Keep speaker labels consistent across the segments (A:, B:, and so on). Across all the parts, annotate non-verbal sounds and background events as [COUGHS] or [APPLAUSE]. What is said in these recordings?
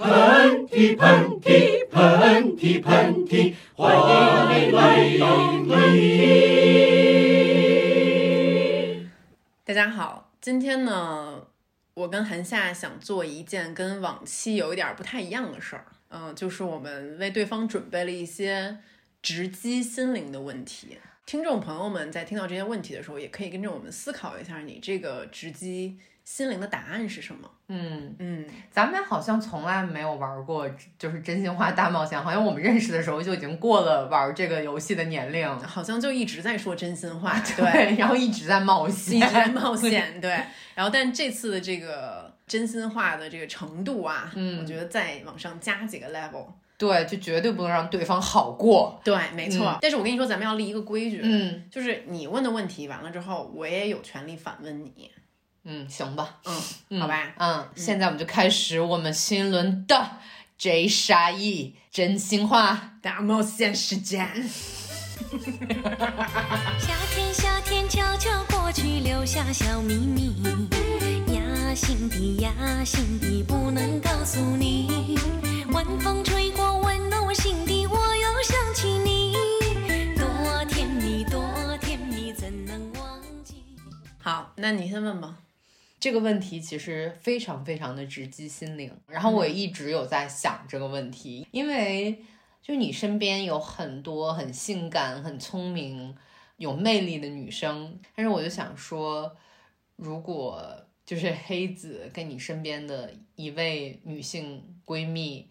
A: 喷嚏喷嚏喷嚏喷嚏，欢迎你来到喷嚏。
B: 大家好，今天呢，我跟韩夏想做一件跟往期有一点不太一样的事儿，嗯、就是我们为对方准备了一些直击心灵的问题。听众朋友们在听到这些问题的时候，也可以跟着我们思考一下，你这个直击心灵的答案是什么？
C: 嗯，
B: 嗯，
C: 咱们俩好像从来没有玩过，就是真心话大冒险。好像我们认识的时候就已经过了玩这个游戏的年龄，
B: 好像就一直在说真心话，
C: [LAUGHS] 对，然后一直在冒险，
B: 一
C: [LAUGHS]
B: 直在冒。险，对。然后，但这次的这个真心话的这个程度啊，
C: 嗯
B: 我觉得再往上加几个 level。
C: 对，就绝对不能让对方好过。
B: 对，没错。但是我跟你说，咱们要立一个规矩，
C: 嗯
B: 就是你问的问题完了之后，我也有权利反问你。
C: 嗯，行吧，
B: 嗯，
C: 嗯
B: 好吧。
C: 嗯，现在我们就开始我们新一轮的 J 沙溢真心话。
B: 大冒险时间，
D: 夏天，夏天悄悄过去，留下小秘密。压心底，压心底，不能告诉你。晚风吹过，温暖我心底，我又想起你。多甜蜜，多甜蜜，怎能忘记？
B: 好，那你先问吧。
C: 这个问题其实非常非常的直击心灵，然后我一直有在想这个问题，因为就你身边有很多很性感、很聪明、有魅力的女生，但是我就想说，如果就是黑子跟你身边的一位女性闺蜜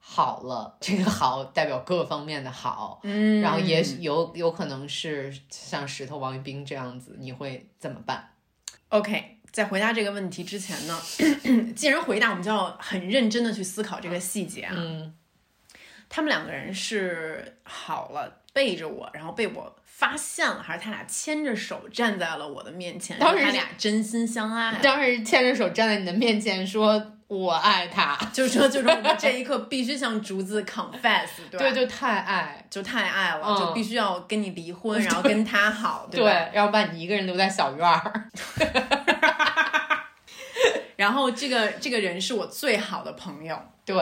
C: 好了，这个好代表各方面的好，
B: 嗯
C: 然后也许有有可能是像石头王一冰这样子，你会怎么办？
B: OK，在回答这个问题之前呢， [COUGHS] 既然回答，我们就要很认真的去思考这个细节啊。
C: 嗯。
B: 他们两个人是好了背着我，然后被我发现了，还是他俩牵着手站在了我的面前？
C: 当
B: 然后
C: 然
B: 他
C: 是
B: 俩真心相爱了。
C: 当时牵着手站在你的面前说“我爱他
B: 就说就是我们这一刻必须向竹子 confess，”，对吧
C: 对，就太爱，
B: 就太爱了，
C: 嗯
B: 就必须要跟你
C: [LAUGHS]
B: 离婚，然后跟他好，
C: 对
B: 吧？，
C: 然后把你一个人留在小院儿，
B: 然后这个这个人是我最好的朋友，
C: 对，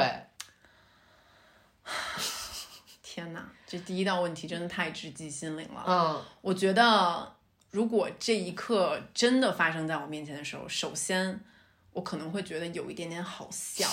B: 天哪，这第一道问题真的太直击心灵了。
C: 嗯
B: 我觉得如果这一刻真的发生在我面前的时候，首先我可能会觉得有一点点好
C: [LAUGHS]
B: 笑，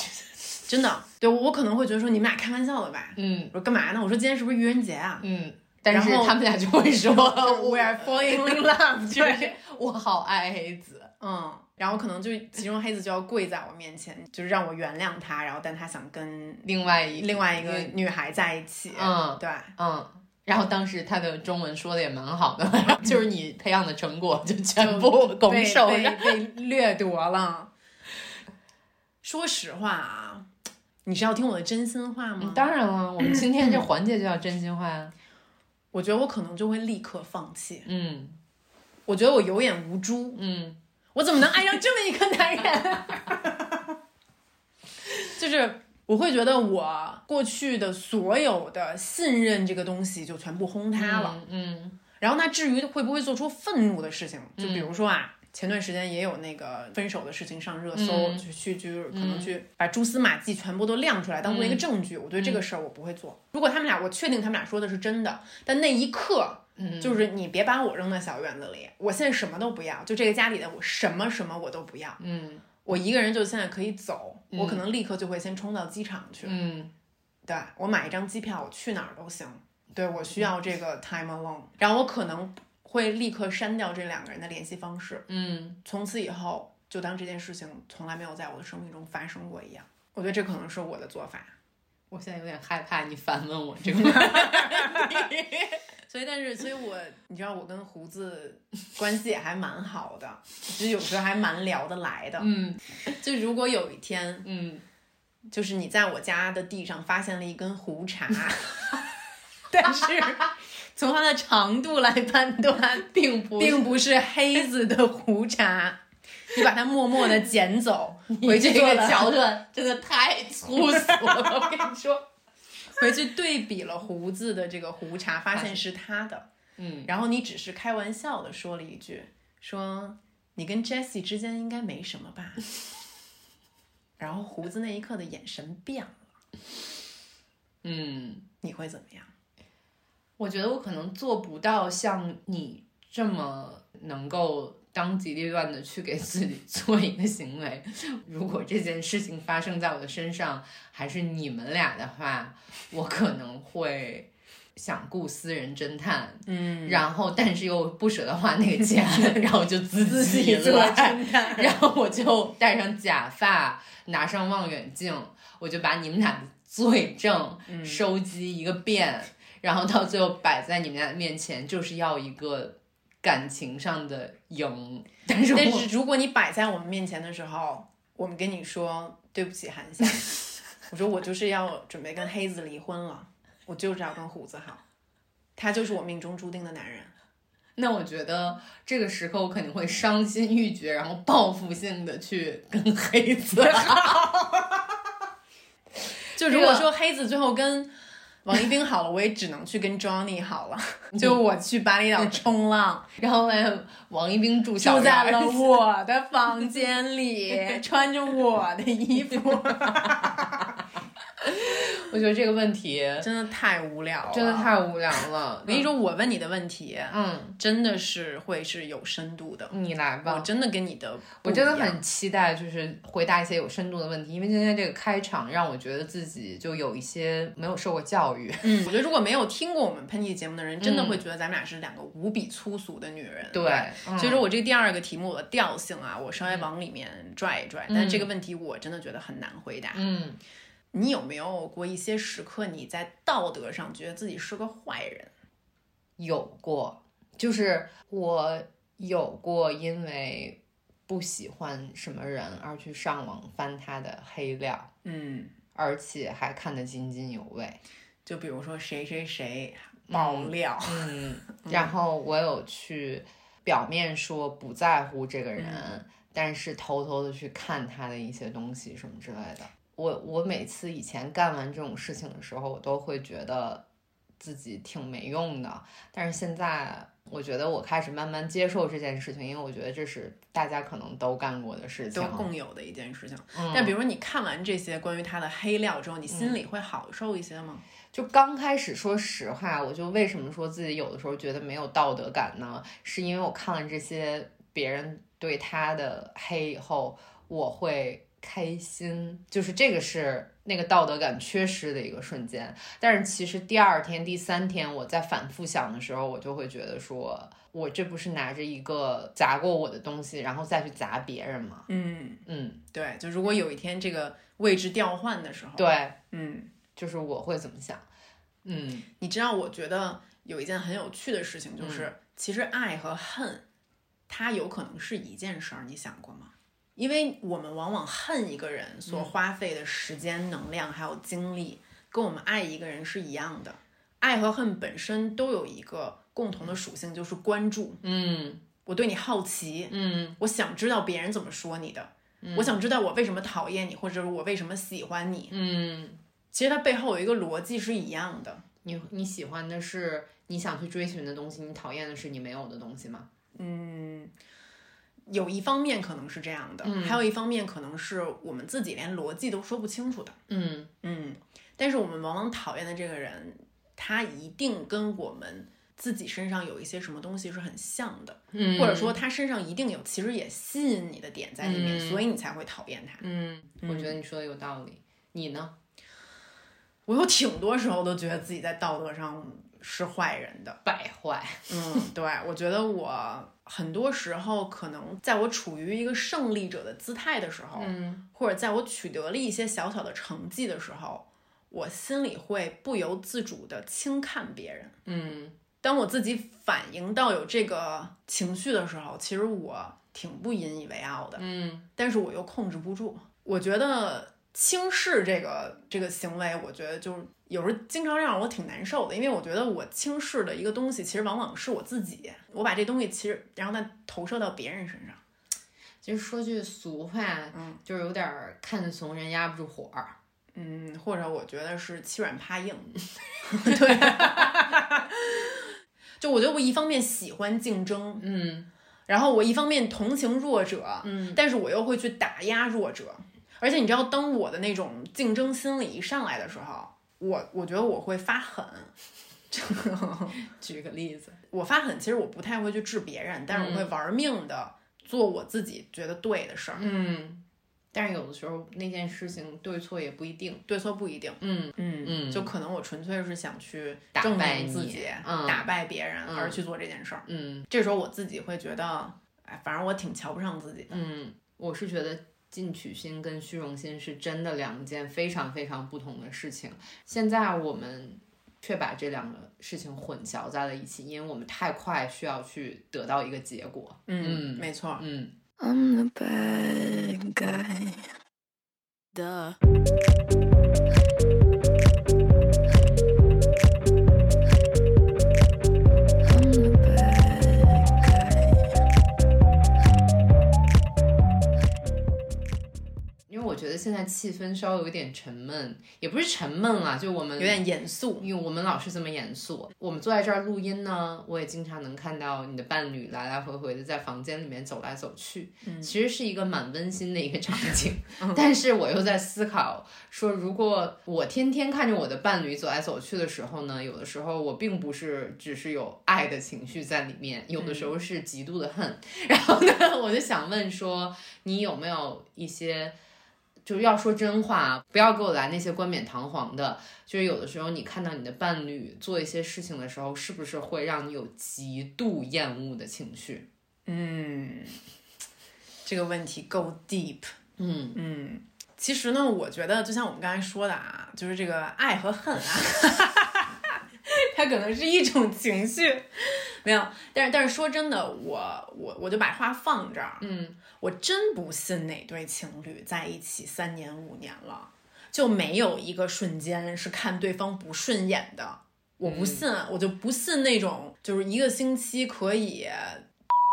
B: 真的，对我我可能会觉得说你们俩开玩笑的吧。
C: 嗯
B: 我说干嘛呢？我说今天是不是愚人节啊？
C: 嗯，但是
B: 然后
C: 他们俩就会说
B: We're falling in
C: [LAUGHS]
B: love，
C: 就
B: 对
C: 是，我好爱黑子，
B: 嗯，然后可能就其中黑子就要跪在我面前，就是让我原谅他，然后但他想跟
C: 另外一
B: 另外一个女孩在一起，
C: 嗯
B: 对，
C: 嗯。然后当时他的中文说的也蛮好的，然 [LAUGHS] 后就是你培养的成果就全部拱
B: 被
C: 手
B: 被
C: 让，
B: 被掠夺了。说实话啊，你是要听我的真心话吗？
C: 嗯当，然了，我们今天 [CLEARS THROAT] 这环节就叫真心话呀，
B: 我觉得我可能就会立刻放弃，
C: 嗯
B: 我觉得我有眼无珠，
C: 嗯，
B: 我怎么能爱上这么一个男人？ [LAUGHS] 就是我会觉得我过去的所有的信任这个东西就全部轰塌了。
C: 嗯
B: 然后那至于会不会做出愤怒的事情，就比如说啊。前段时间也有那个分手的事情上热搜，
C: 嗯嗯
B: 去去就是可能去把蛛丝马迹全部都亮出来，当做一个证据。我对这个事儿我不会做。如果他们俩，我确定他们俩说的是真的，但那一刻，
C: 嗯
B: 就是你别把我扔在小院子里，我现在什么都不要，就这个家里的我什么什么我都不要，
C: 嗯
B: 我一个人就现在可以走，我可能立刻就会先冲到机场去，
C: 嗯，
B: 对我买一张机票，我去哪儿都行。对我需要这个 time alone，然后我可能会立刻删掉这两个人的联系方式，
C: 嗯
B: 从此以后就当这件事情从来没有在我的生命中发生过一样。我觉得这可能是我的做法。，
C: 我现在有点害怕你反问我这个 [LAUGHS] 问题。
B: 所以，但是，所以我 [LAUGHS] 你知道，我跟胡子关系也还蛮好的，就是有时候还蛮聊得来的。
C: 嗯
B: 就如果有一天，
C: 嗯，
B: 就是你在我家的地上发现了一根胡 [LAUGHS] 茬，但是从它的长度来判断，
C: [LAUGHS] 并不
B: 并不是黑子的胡茬，你把它默默的捡
C: [LAUGHS]
B: 走，回
C: 回
B: 去
C: 去这
B: 做
C: 个
B: 了
C: 桥段真的太粗俗了，我跟你说。
B: 回去对比了胡子的这个胡茬，发现是他的，
C: 嗯，
B: 然后你只是开玩笑的说了一
C: [LAUGHS]
B: 句，说你跟 Jessie 之间应该没什么吧。然后胡子那一刻的眼神变了，
C: 嗯，
B: 你会怎么样？
C: 我觉得我可能做不到像你这么能够当机立断的去给自己做一个行为。如果这件事情发生在我的身上，还是你们俩的话，我可能会想雇私人侦探，
B: 嗯
C: 然后但是又不舍得花那个钱，
B: [LAUGHS]
C: 然后就自
B: 自
C: 己
B: 己做
C: 来
B: 侦探，
C: 然后我就戴上假发，拿上望远镜，我就把你们俩的罪证
B: 嗯
C: 收集一个遍，然后到最后摆在你们俩面前，就是要一个感情上的赢。但是我
B: [LAUGHS] 但是如果你摆在我们面前的时候，我们跟你说对不起， [LAUGHS] 韩夏，我说我就是要准备跟黑子离婚了，我就是要跟胡子好，他就是我命中注定的男人。
C: 那我觉得这个时刻我肯定会伤心欲绝，然后报复性的去跟黑子。啊
B: [LAUGHS] 就如果说黑子最后跟王一冰好了，我也只能去跟 Johnny 好 [LAUGHS] 了，就我去巴厘岛冲 [LAUGHS] 浪，
C: 然后呢，王一冰住小
B: 住
C: 院
B: 在
C: 儿
B: 了我的房间里，穿着我的衣服，
C: 我觉得这个问题
B: 真的太无聊了，
C: 真的。太无聊了。
B: 我跟你，说，我问你的问题，
C: 嗯，
B: 真的是会是有深度的。
C: 你来吧。
B: 我真的跟你的，
C: 哦我真的很，期待，就是回答一些有深度的问题，因为今天这个开场让我觉得自己就有一些没有受过教育。
B: 嗯，我觉得如果没有听过我们喷嚏节目的人，真的
C: 嗯
B: 会觉得咱们俩是两个无比粗俗的女人。
C: 对，嗯
B: 所以说我这第二个题目我的调性啊，我稍微往里面拽一拽，但这个问题我真的觉得很难回答。
C: 嗯，
B: 你有没有过一些时刻，你在道德上觉得自己是个坏人？
C: 有过，就是我有过因为不喜欢什么人而去上网翻他的黑料，
B: 嗯，
C: 而且还看得津津有味。
B: 就比如说谁谁谁爆料，
C: [LAUGHS]
B: [LAUGHS]
C: 嗯，然后我有去表面说不在乎这个人，
B: 嗯
C: 但是偷偷的去看他的一些东西什么之类的。我我每次以前干完这种事情的时候，我都会觉得自己挺没用的，但是现在。我觉得我开始慢慢接受这件事情，因为我觉得这是大家可能都干过的事情
B: 都。共有的一件事情。
C: 嗯
B: 但比如说你看完这些关于他的黑料之后，你心里会好受一些吗？
C: 就刚开始，说实话，我就为什么说自己有的时候觉得没有道德感呢？是因为我看了这些别人对他的黑以后，我会开心，就是这个是那个道德感缺失的一个瞬间。但是其实第二天、第三天，我在反复想的时候，我就会觉得说，我这不是拿着一个砸过我的东西，然后再去砸别人吗？
B: 嗯，
C: 嗯，
B: 对，就如果有一天这个位置调换的时候，，
C: 对，
B: 嗯，
C: 就是我会怎么想？嗯
B: 你知道，我觉得有一件很有趣的事情，就是、其实爱和恨，它有可能是一件事儿，你想过吗？因为我们往往恨一个人所花费的时间、能量还有精力，跟我们爱一个人是一样的。爱和恨本身都有一个共同的属性，就是关注。
C: 嗯
B: 我对你好奇，
C: 嗯
B: 我想知道别人怎么说你的，我想知道我为什么讨厌你，或者是我为什么喜欢你。
C: 嗯。
B: 其实它背后有一个逻辑是一样的。
C: 你你喜欢的是你想去追寻的东西，你讨厌的是你没有的东西吗？
B: 有一方面可能是这样的，
C: 嗯
B: 还有一方面可能是我们自己连逻辑都说不清楚的。
C: 嗯
B: 嗯，但是我们往往讨厌的这个人，他一定跟我们自己身上有一些什么东西是很像的，
C: 嗯
B: 或者说他身上一定有其实也吸引你的点在里面，
C: 嗯
B: 所以你才会讨厌他。
C: 嗯，我觉得你说的有道理。你呢？
B: 我有挺多时候都觉得自己在道德上是坏人的，
C: 败坏。
B: 嗯，对，我觉得我很多时候可能在我处于一个胜利者的姿态的时候，
C: 嗯
B: 或者在我取得了一些小小的成绩的时候，我心里会不由自主的轻看别人。
C: 嗯
B: 当我自己反应到有这个情绪的时候，其实我挺不引以为傲的，
C: 嗯
B: 但是我又控制不住。我觉得轻视这个这个行为，我觉得就是有时候经常让我挺难受的，因为我觉得我轻视的一个东西，其实往往是我自己，我把这东西其实然后再投射到别人身上。
C: 其实说句俗话，
B: 嗯
C: 就是有点儿看怂人压不住火儿。
B: 嗯，或者我觉得是欺软怕硬， [LAUGHS] 对，就我觉得我一方面喜欢竞争，
C: 嗯
B: 然后我一方面同情弱者，
C: 嗯，
B: 但是我又会去打压弱者，而且你知道，当我的那种竞争心理一上来的时候，我我觉得我会发狠。 [LAUGHS] 就
C: [LAUGHS] 举个例子，
B: 我发狠，其实我不太会去治别人，但是我会
C: 嗯
B: 玩命的做我自己觉得对的事儿，
C: 嗯，但是有的时候那件事情对错也不一定，
B: 对错不一定。
C: 嗯
B: 嗯
C: 嗯
B: 就可能我纯粹是想去
C: 打
B: 证
C: 败
B: 明自
C: 你
B: 己，
C: 嗯
B: 打败别人
C: 嗯
B: 而去做这件事儿。
C: 嗯
B: 这时候我自己会觉得，哎，反正我挺瞧不上自己的。
C: 嗯，我是觉得。进取心跟虚荣心是真的两件非常非常不同的事情。现在我们却把这两个事情混淆在了一起，因为我们太快需要去得到一个结果。嗯
B: 没错。
C: 嗯，
E: I'm the bad guy. Duh. I'm the bad guy.
C: 因为我觉得现在气氛稍微有一点沉闷，也不是沉闷啦，就我们
B: 有点严肃，
C: 因为我们老是这么严肃，我们坐在这儿录音呢，我也经常能看到你的伴侣来来回回的在房间里面走来走去，其实是一个蛮温馨的一个场景。但是我又在思考说，如果我天天看着我的伴侣走来走去的时候呢，有的时候我并不是只是有爱的情绪在里面，有的时候是极度的恨。然后呢，我就想问说，你有没有一些？就是要说真话，不要给我来那些冠冕堂皇的。就是有的时候你看到你的伴侣做一些事情的时候，是不是会让你有极度厌恶的情绪？
B: 嗯，这个问题够 deep。
C: 嗯
B: 嗯，其实呢，我觉得就像我们刚才说的啊，就是这个爱和恨啊，它可能是一种情绪，没有。但是但是说真的，我我我就把话放这儿，
C: 嗯，
B: 我真不信哪对情侣在一起三年五年了，就没有一个瞬间是看对方不顺眼的。我
C: 嗯
B: 不信，我就不信那种就是一个星期可以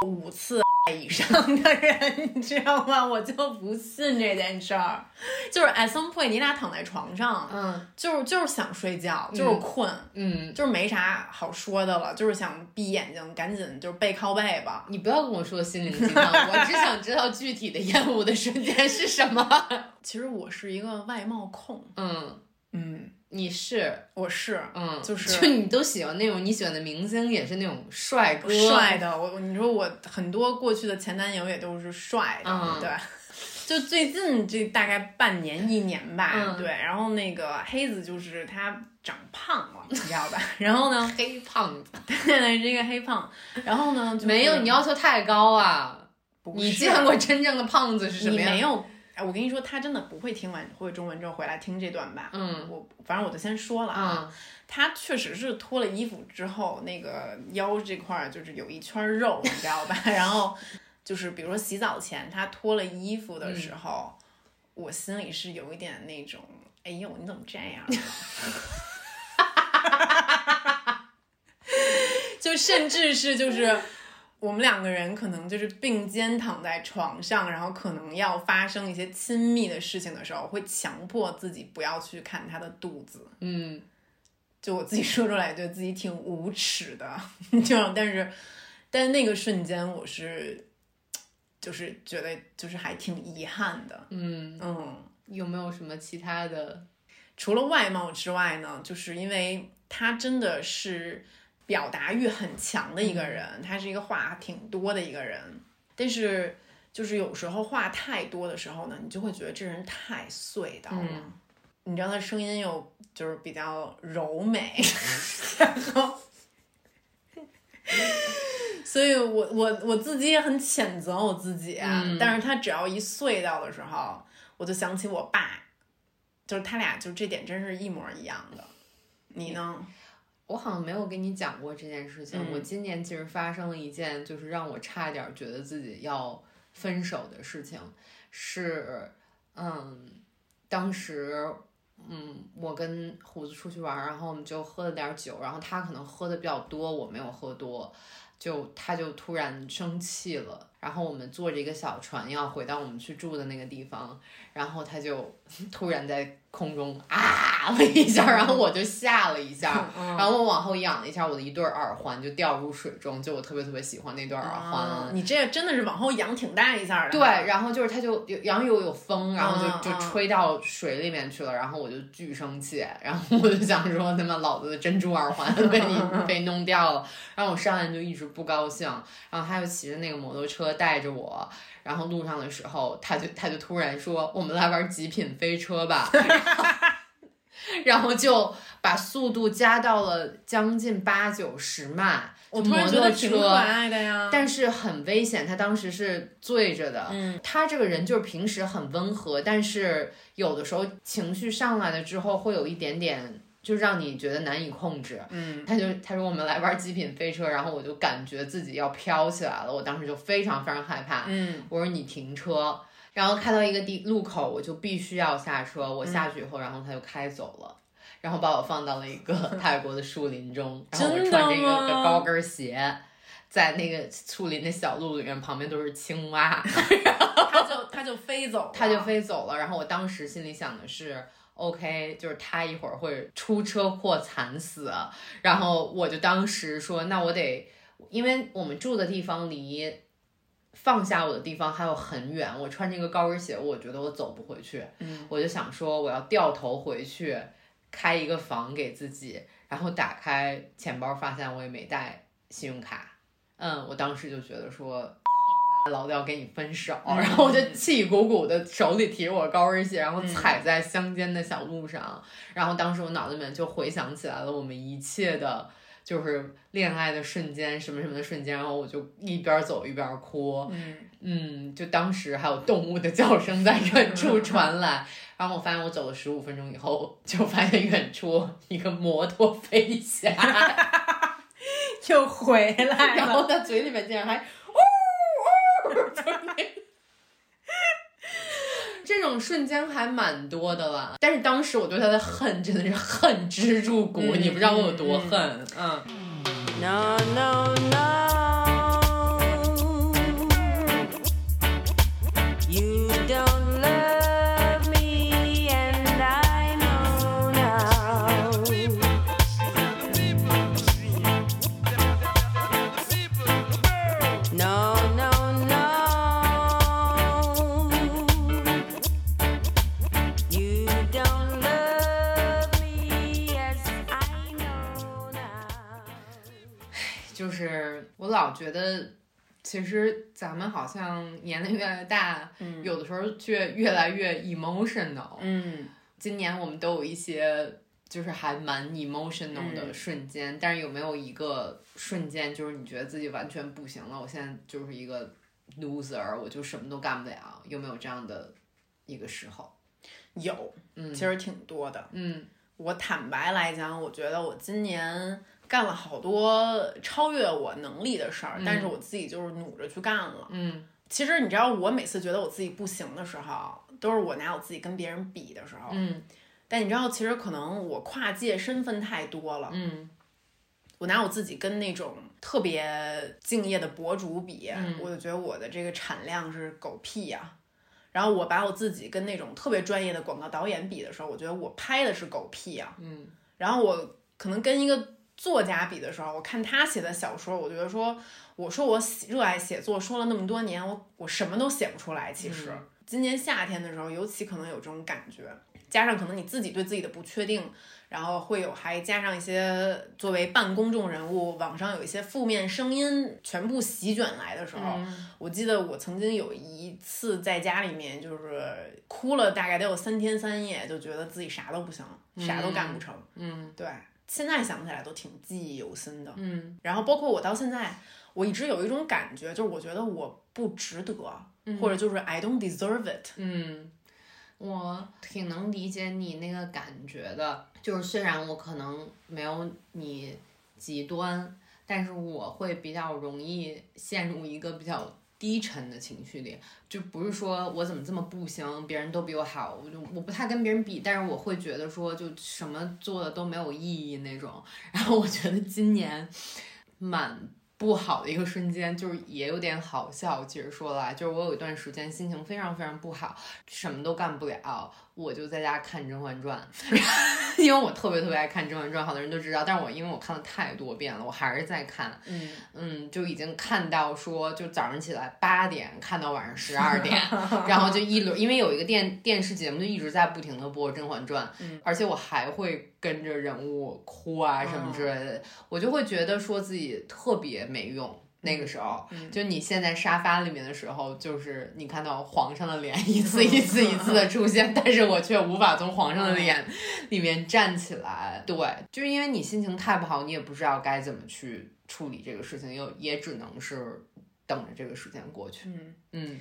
B: 五次以上的人， [LAUGHS] 你知道吗？我就不信这件事儿。就是 at some point，你俩躺在床上，
C: 嗯
B: 就是就是想睡觉，就是困。
C: 嗯，
B: 就是没啥好说的了，就是想闭眼睛，赶紧就是背靠背吧。
C: 你不要跟我说心灵鸡汤，我只想知道具体的厌恶的瞬间是什么。 [LAUGHS]
B: 其实我是一个外貌控，
C: 嗯，
B: 嗯，
C: 你是
B: 我是，
C: 嗯，
B: 就是
C: 就你都喜欢那种你喜欢的明星也是那种帅哥，
B: 帅的，我你说我很多过去的前男友也都是帅的，
C: 嗯
B: 对。 [LAUGHS] 就最近这大概半年一年吧，
C: 嗯
B: 对。然后那个黑子就是他长胖了，你知
C: [LAUGHS]
B: 道吧？然后呢， [LAUGHS]
C: 黑胖子。
B: 对，是一个黑胖。然后呢，就是
C: 没有，你要求太高啊！
B: 不
C: 你
B: 是
C: 见过真正的胖子是什么
B: 你
C: 样？
B: 没有？哎，我跟你说，他真的不会听完会中文之后回来听这段吧？
C: 嗯
B: 我反正我就先说了啊，
C: 啊，
B: 他确实是脱了衣服之后，那个腰这块儿就是有一圈肉，你知道吧？ [LAUGHS] 然后就是比如说洗澡前他脱了衣服的时候，我心里是有一点那种，哎呦，你怎么这样？啊 [LAUGHS] 就甚至是就是。我们两个人可能就是并肩躺在床上，然后可能要发生一些亲密的事情的时候，会强迫自己不要去看他的肚子。
C: 嗯
B: 就我自己说出来，觉得自己挺无耻的， [LAUGHS] 就但是，但是那个瞬间我是，就是觉得就是还挺遗憾的，
C: 嗯，
B: 嗯，
C: 有没有什么其他的？
B: 除了外貌之外呢，就是因为他真的是表达欲很强的一个
C: 嗯
B: 人，他是一个话挺多的一个人，但是就是有时候话太多的时候呢，你就会觉得这人太碎叨了。
C: 嗯
B: 你知道他声音又就是比较柔美，然后，
C: 嗯
B: [LAUGHS] 所以我我我自己也很谴责我自己、啊，
C: 嗯
B: 但是他只要一碎到的时候，我就想起我爸，就是他俩就这点真是一模一样的。你呢？
C: 我好像没有跟你讲过这件事情。
B: 嗯
C: 我今年其实发生了一件，就是让我差一点觉得自己要分手的事情，是，嗯，当时，嗯，我跟虎子出去玩儿，然后我们就喝了点儿酒，然后他可能喝的比较多，我没有喝多，就他就突然生气了，然后我们坐着一个小船要 [LAUGHS] 回到我们去住的那个地方，然后他就突然在空中啊啪了一下，然后我就吓了一下，
B: 嗯
C: 然后我往后仰了一下，我的一对耳环就掉入水中，就我特别特别喜欢那对耳环。
B: 啊，你这真的是往后仰挺大一下的。
C: 对，然后就是它就有，然后又有风，然后就、
B: 嗯
C: 就
B: 嗯
C: 吹到水里面去了，然后我就巨生气，然后我就想说，他妈老子的珍珠耳环 [LAUGHS] 被
B: [LAUGHS]
C: 你被弄掉了，然后我上来就一直不高兴，然后他就骑着那个摩托车带着我。然后路上的时候，他就他就突然说：“我们来玩极品飞车
B: [LAUGHS]
C: 吧。”然后就把速度加到了将近八九十迈。
B: 我
C: 就
B: 突然
C: 摩
B: 觉
C: 托
B: 得挺可
C: 车
B: 爱的呀。
C: 但是很危险，他当时是醉着的。
B: 嗯，
C: 他这个人就是平时很温和，但是有的时候情绪上来了之后，会有一点点，就让你觉得难以控制。
B: 嗯，
C: 他就他说我们来玩极品飞车，然后我就感觉自己要飘起来了，我当时就非常非常害怕。
B: 嗯
C: 我说你停车，然后开到一个地路口，我就必须要下车。我下去以后，然后他就开走了。然后把我放到了一
B: [LAUGHS]
C: 个泰国的树林中，然后我
B: 真的
C: 穿着一个
B: 吗
C: 高跟鞋，在那个树林的小路里面，旁边都是青蛙，
B: 他就他就飞走了，
C: 它就飞走了。然后我当时心里想的是，OK，就是他一会儿会出车祸惨死。然后我就当时说，那我得，因为我们住的地方离放下我的地方还有很远，我穿这个高跟鞋，我觉得我走不回去。
B: 嗯，
C: 我就想说，我要掉头回去，开一个房给自己。然后打开钱包，发现我也没带信用卡。嗯，我当时就觉得说，老子要跟你分手，
B: 嗯
C: 然后我就气鼓鼓的，手里提着我高跟鞋，然后
B: 嗯
C: 踩在乡间的小路上，然后当时我脑子里面就回想起来了我们一切的，就是恋爱的瞬间，什么什么的瞬间，然后我就一边走一边哭，
B: 嗯
C: 嗯，就当时还有动物的叫声在 [LAUGHS] 远处传来，然后我发现我走了十五分钟以后，就发现远处一个摩托飞起来，
B: 又回来
C: 然
B: 了。
C: 后他嘴里面竟然还呜呜，就是那个 [LAUGHS] 这种瞬间还蛮多的啦。但是当时我对他的恨真的是恨之入骨，
B: 嗯
C: 你不知道我有多恨。嗯，
E: No, no, no. You don't love me, and I know now. No, no, no. You don't love me as I know now.
C: 就是我老觉得，其实咱们好像年龄越来越大，
B: 嗯
C: 有的时候却越来越 emotional。
B: 嗯
C: 今年我们都有一些就是还蛮 emotional 的
B: 嗯
C: 瞬间，但是有没有一个瞬间，就是你觉得自己完全不行了，我现在就是一个 loser，我就什么都干不了，有没有这样的一个时候？
B: 有，
C: 嗯，
B: 其实挺多的。
C: 嗯
B: 我坦白来讲，我觉得我今年干了好多超越我能力的事儿，但是我自己就是努着去干了。
C: 嗯
B: 其实你知道，我每次觉得我自己不行的时候，都是我拿我自己跟别人比的时候。
C: 嗯
B: 但你知道，其实可能我跨界身份太多了，
C: 嗯
B: 我拿我自己跟那种特别敬业的博主比，
C: 嗯
B: 我就觉得我的这个产量是狗屁呀、然后我把我自己跟那种特别专业的广告导演比的时候，我觉得我拍的是狗屁呀、
C: 嗯
B: 然后我可能跟一个作家比的时候，我看他写的小说，我觉得说，我说我喜热爱写作，说了那么多年，我我什么都写不出来。其实、
C: 嗯
B: 今年夏天的时候，尤其可能有这种感觉，加上可能你自己对自己的不确定，然后会有还加上一些作为半公众人物，网上有一些负面声音全部席卷来的时候，
C: 嗯
B: 我记得我曾经有一次在家里面就是哭了，大概得有三天三夜，就觉得自己啥都不行，啥都干不成。
C: 嗯
B: 对，现在想起来都挺记忆犹新的。
C: 嗯
B: 然后包括我到现在，我一直有一种感觉，就是我觉得我不值得，或者就是 I don't deserve it。
C: 嗯，我挺能理解你那个感觉的，就是虽然我可能没有你极端，但是我会比较容易陷入一个比较低沉的情绪里，就不是说我怎么这么不行，别人都比我好，我就我不太跟别人比，但是我会觉得说就什么做的都没有意义那种。然后我觉得今年蛮不好的一个瞬间，就是也有点好笑。其实说来，就是我有一段时间心情非常非常不好，什么都干不了，我就在家看《甄嬛传》， [LAUGHS] 因为我特别特别爱看《甄嬛传》，好多人都知道，但是我因为我看了太多遍了，我还是在看。
B: 嗯，
C: 嗯，就已经看到说，就早上起来八点看到晚上十二点，然后就一轮，因为有一个电电视节目就一直在不停的播《甄嬛传》
B: 嗯
C: 而且我还会跟着人物哭啊什么之类的，我就会觉得说自己特别没用。那个时候，
B: 嗯
C: 就你现在沙发里面的时候，就是你看到皇上的脸一次一次一次的出现，但是我却无法从皇
B: 嗯
C: 上的脸里面站起来。对，就是因为你心情太不好，你也不知道该怎么去处理这个事情，又也只能是等着这个时间过去。
B: 嗯，
C: 嗯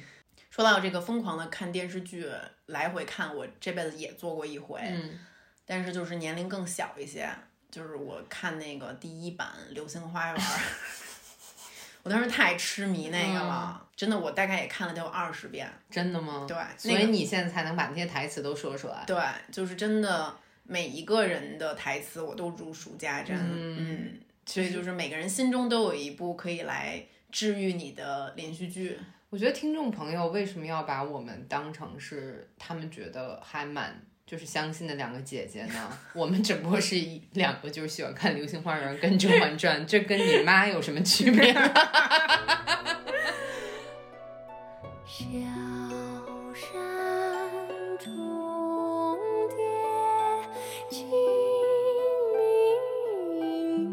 B: 说到这个疯狂的看电视剧，来回看，我这辈子也做过一回，
C: 嗯
B: 但是就是年龄更小一些，就是我看那个第一版《流星花园》，
C: [LAUGHS]
B: 我当时太痴迷那个了，
C: 嗯
B: 真的，我大概也看了得有二十遍。
C: 真的吗？
B: 对，
C: 嗯所
B: 那
C: 以
B: 个
C: 你现在才能把那些台词都说出来。
B: 对，就是真的每一个人的台词我都如数家珍，
C: 嗯
B: 嗯，所以就是每个人心中都有一部可以来治愈你的连续剧。
C: 我觉得听众朋友为什么要把我们当成是他们觉得还蛮就是相信的两个姐姐呢？ [LAUGHS] 我们只不过是一两个就是喜欢看《流星花园》跟《甄嬛传》，这跟你妈有什么区别？ [LAUGHS]
D: 小山重叠，清明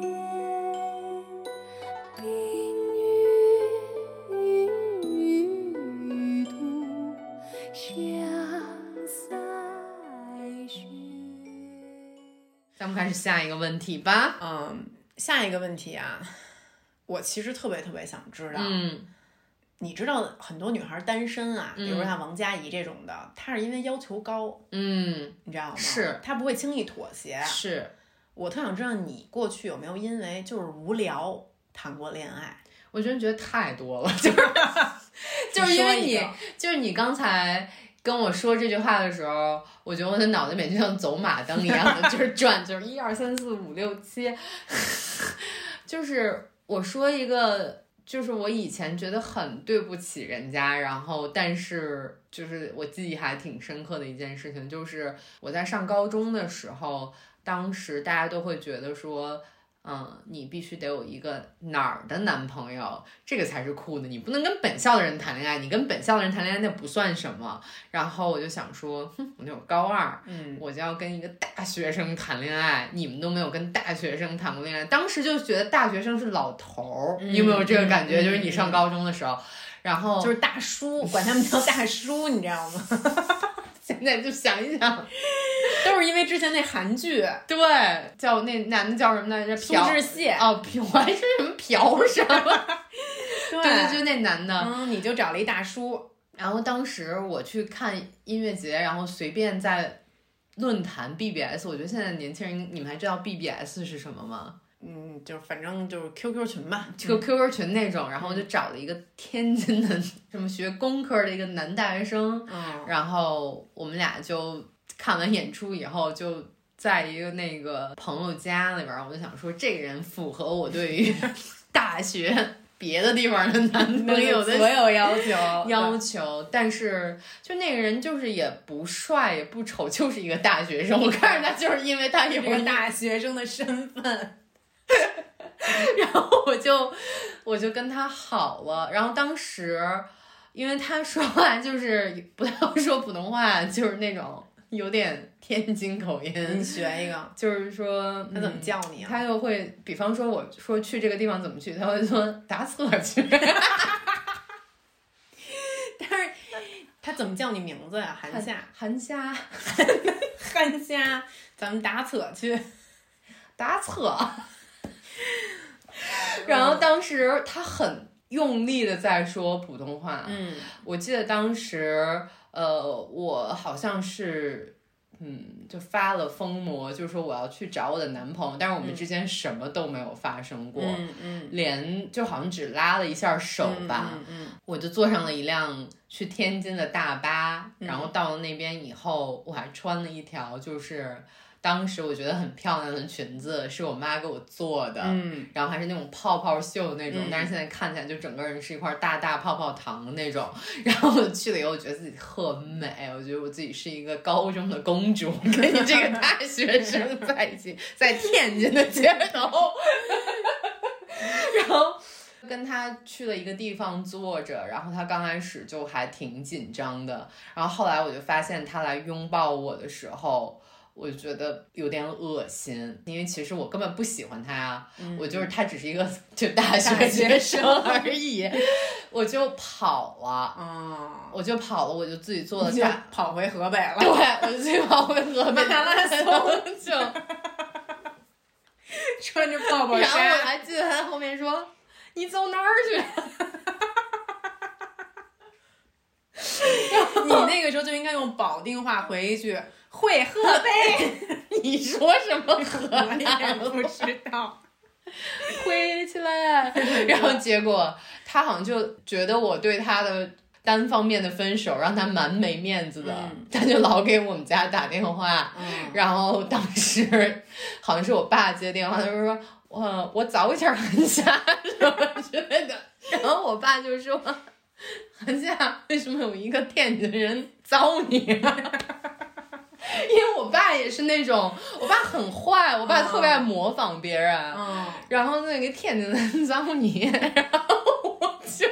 D: 月，冰雨玉兔，香腮雪。
C: 咱们开始下一个问题吧。
B: 嗯，下一个问题啊，我其实特别特别想知道，
C: 嗯，
B: 你知道很多女孩单身啊，比如说
C: 嗯
B: 像王佳怡这种的，她是因为要求高，
C: 嗯，哎
B: 你知道吗？
C: 是
B: 她不会轻易妥协。
C: 嗯是。
B: 我特想知道你过去有没有因为就是无聊谈过恋爱？
C: 我真的觉得太多了， [LAUGHS] 就是 [LAUGHS] 就是因为
B: 你
C: 你
B: 说一个
C: 就是你刚才跟我说这句话的时候，我觉得我的脑子里面就像走马灯一样的，就是转，就是一二三四五六七， [LAUGHS] 就是我说一个，就是我以前觉得很对不起人家，然后但是就是我记忆还挺深刻的一件事情，就是我在上高中的时候，当时大家都会觉得说。嗯，你必须得有一个哪儿的男朋友，这个才是酷的。你不能跟本校的人谈恋爱，你跟本校的人谈恋爱那不算什么。然后我就想说，哼，我那会儿高二，
B: 嗯，
C: 我就要跟一个大学生谈恋爱，你们都没有跟大学生谈过恋爱，当时就觉得大学生是老头儿，
B: 嗯
C: 你有没有这个感觉？
B: 嗯
C: 就是你上高中的时候，然后
B: 就是大叔，管他们叫大叔，你知道吗？ [LAUGHS]
C: 现在就想一想，
B: 都是因为之前那韩剧《
C: 对，叫那男的叫什么来着？
B: 苏
C: 朴
B: 志燮》，
C: 哦，朴还是什么朴什
B: [LAUGHS]
C: 么？
B: 对
C: 对对，就那男的，
B: 嗯，你就找了一大叔，
C: 然后当时我去看音乐节，然后随便在论坛 BBS，我觉得现在年轻人，你们还知道 BBS 是什么吗？
B: 嗯，就是反正就是 QQ 群吧，
C: 就 QQ 群那种，然后我就找了一个天津的什么学工科的一个男大学生，
B: 嗯，
C: 然后我们俩就看完演出以后就。在一个那个朋友家里边儿，我就想说，这个人符合我对于 [LAUGHS] 大学别的地方的男朋友的
B: 有 [LAUGHS] 要求
C: 要求，但是就那个人就是也不帅也不丑，就是一个大学
B: [LAUGHS]
C: 生。我看着他就是因为他有
B: 一个，大学生的身份，
C: 然后 [LAUGHS] 我就我就跟他好了。然后当时因为他说话就是不太会说普通话，就是那种有点天津口
B: 你
C: 音，
B: 学一个，
C: 就是说
B: 嗯他怎么
C: 嗯
B: 叫你啊？
C: 他又会，比方说我说去这个地方怎么去，他会说打车
B: [LAUGHS]
C: 去。
B: [LAUGHS] 但是他怎么叫你名字呀、韩夏，
C: 韩家
B: 韩夏，咱们打扯去。
C: 嗯打扯。 [LAUGHS] 然后当时他很用力的在说普通话，
B: 嗯
C: 我记得当时，呃，我好像是。嗯，就发了疯魔，就说我要去找我的男朋友，但是我们
B: 嗯
C: 之间什么都没有发生过，
B: 嗯嗯，
C: 连就好像只拉了一下手吧。
B: 嗯嗯
C: 我就坐上了一辆去天津的大巴，然
B: 嗯
C: 后到了那边以后，我还穿了一条就是当时我觉得很漂亮的裙子，是我妈给我做的，
B: 嗯，
C: 然后还是那种泡泡袖那种，
B: 嗯
C: 但是现在看起来就整个人是一块大大泡泡糖的那种。然后我去了以后，我觉得自己特美，我觉得我自己是一个高中的公主，跟你这个大学生在一起，在天津的街头， [LAUGHS] 然后。跟他去了一个地方坐着，然后他刚开始就还挺紧张的，然后后来我就发现他来拥抱我的时候，我就觉得有点恶心，因为其实我根本不喜欢他啊，我就是他只是一个 [LAUGHS] 就大学学生而 [LAUGHS] 已，我就跑了，
B: 哦，
C: 我就跑了，我就自己坐了
B: 就 [LAUGHS]
C: 大，
B: 跑回河北
C: 对，
B: 了。
C: 我就自己跑回河北
B: 马拉松
C: [LAUGHS] 就，
B: [LAUGHS]
C: 然
B: 穿着泡泡
C: 后我
B: 衫，
C: 还记得他后面说你走哪儿去？ [LAUGHS]
B: 你那个时候就应该用保定话回一句“会喝呗
C: 你说什么 [LAUGHS] 河”，
B: 我也
C: 南
B: 不知道。
C: 挥起来？然后结果他好像就觉得我对他的单方面的分手让他蛮没面子的，
B: 嗯
C: 他就老给我们家打电话。
B: 嗯，
C: 然后当时 [LAUGHS] 好像是我爸接电话，他就说呃我我早一点寒假 [LAUGHS] 什么之类的。然后我爸就说寒假为什么有一个天津人糟你、啊？ [LAUGHS] 因为我爸也是那种，我爸很坏，我爸特别爱模仿别人。
B: 嗯，
C: 然后那个天津人 [LAUGHS] 脏你，然后我就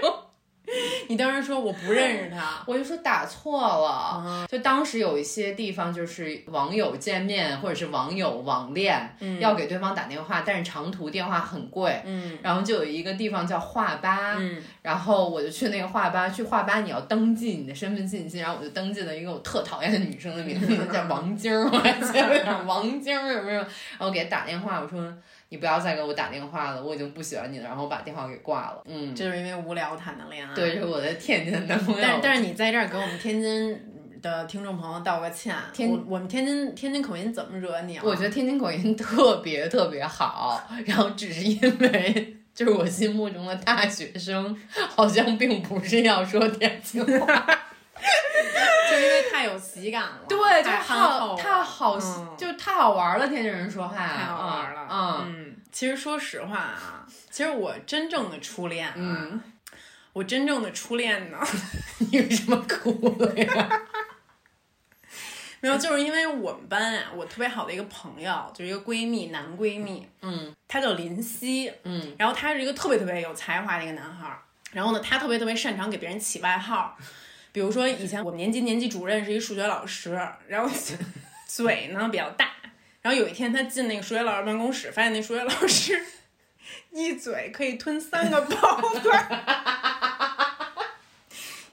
B: 你当时说我不认识他，
C: 我就说打错了。
B: 啊，
C: 就当时有一些地方，就是网友见面或者是网友网恋，
B: 嗯
C: 要给对方打电话，但是长途电话很贵。
B: 嗯
C: 然后就有一个地方叫话吧，
B: 嗯
C: 然后我就去那个话吧，去话吧你要登记你的身份信息，然后我就登记了一个我特讨厌的女生的名字，叫王晶儿，我还记
B: [LAUGHS]
C: 得王晶儿有没有？然后给她打电话，我说你不要再给我打电话了，我已经不喜欢你了，然后我把电话给挂了。嗯，
B: 就是因为无聊谈的恋爱。
C: 对，这是我的天津的男朋友。
B: 但但是你在这儿给我们天津的听众朋友道个歉，
C: 天
B: 我我们天津天津口音怎么惹你了？啊
C: 我觉得天津口音特别特别好，然后只是因为就是我心目中的大学生，好像并不是要说天津话，
B: 就因为太有喜感了，
C: 对，就
B: 太
C: 是
B: 憨厚
C: 好
B: 了
C: 太好，
B: 嗯
C: 就太好玩了，天津人说话
B: 太好玩了，
C: 嗯。
B: 嗯，其实说实话啊，其实我真正的初恋，啊
C: 嗯，
B: 我真正的初恋呢，
C: 你为什么哭了呀？
B: 没有，就是因为我们班啊，我特别好的一个朋友，就是一个闺蜜，男闺蜜，
C: 嗯，
B: 她叫林夕，
C: 嗯，
B: 然后他是一个特别特别有才华的一个男孩儿，然后呢，他特别特别擅长给别人起外号儿，比如说以前我们年级年级主任是一数学老师，然后嘴呢比较大，然后有一天他进那个数学老师办公室，发现那数学老师一嘴可以吞三个包子儿，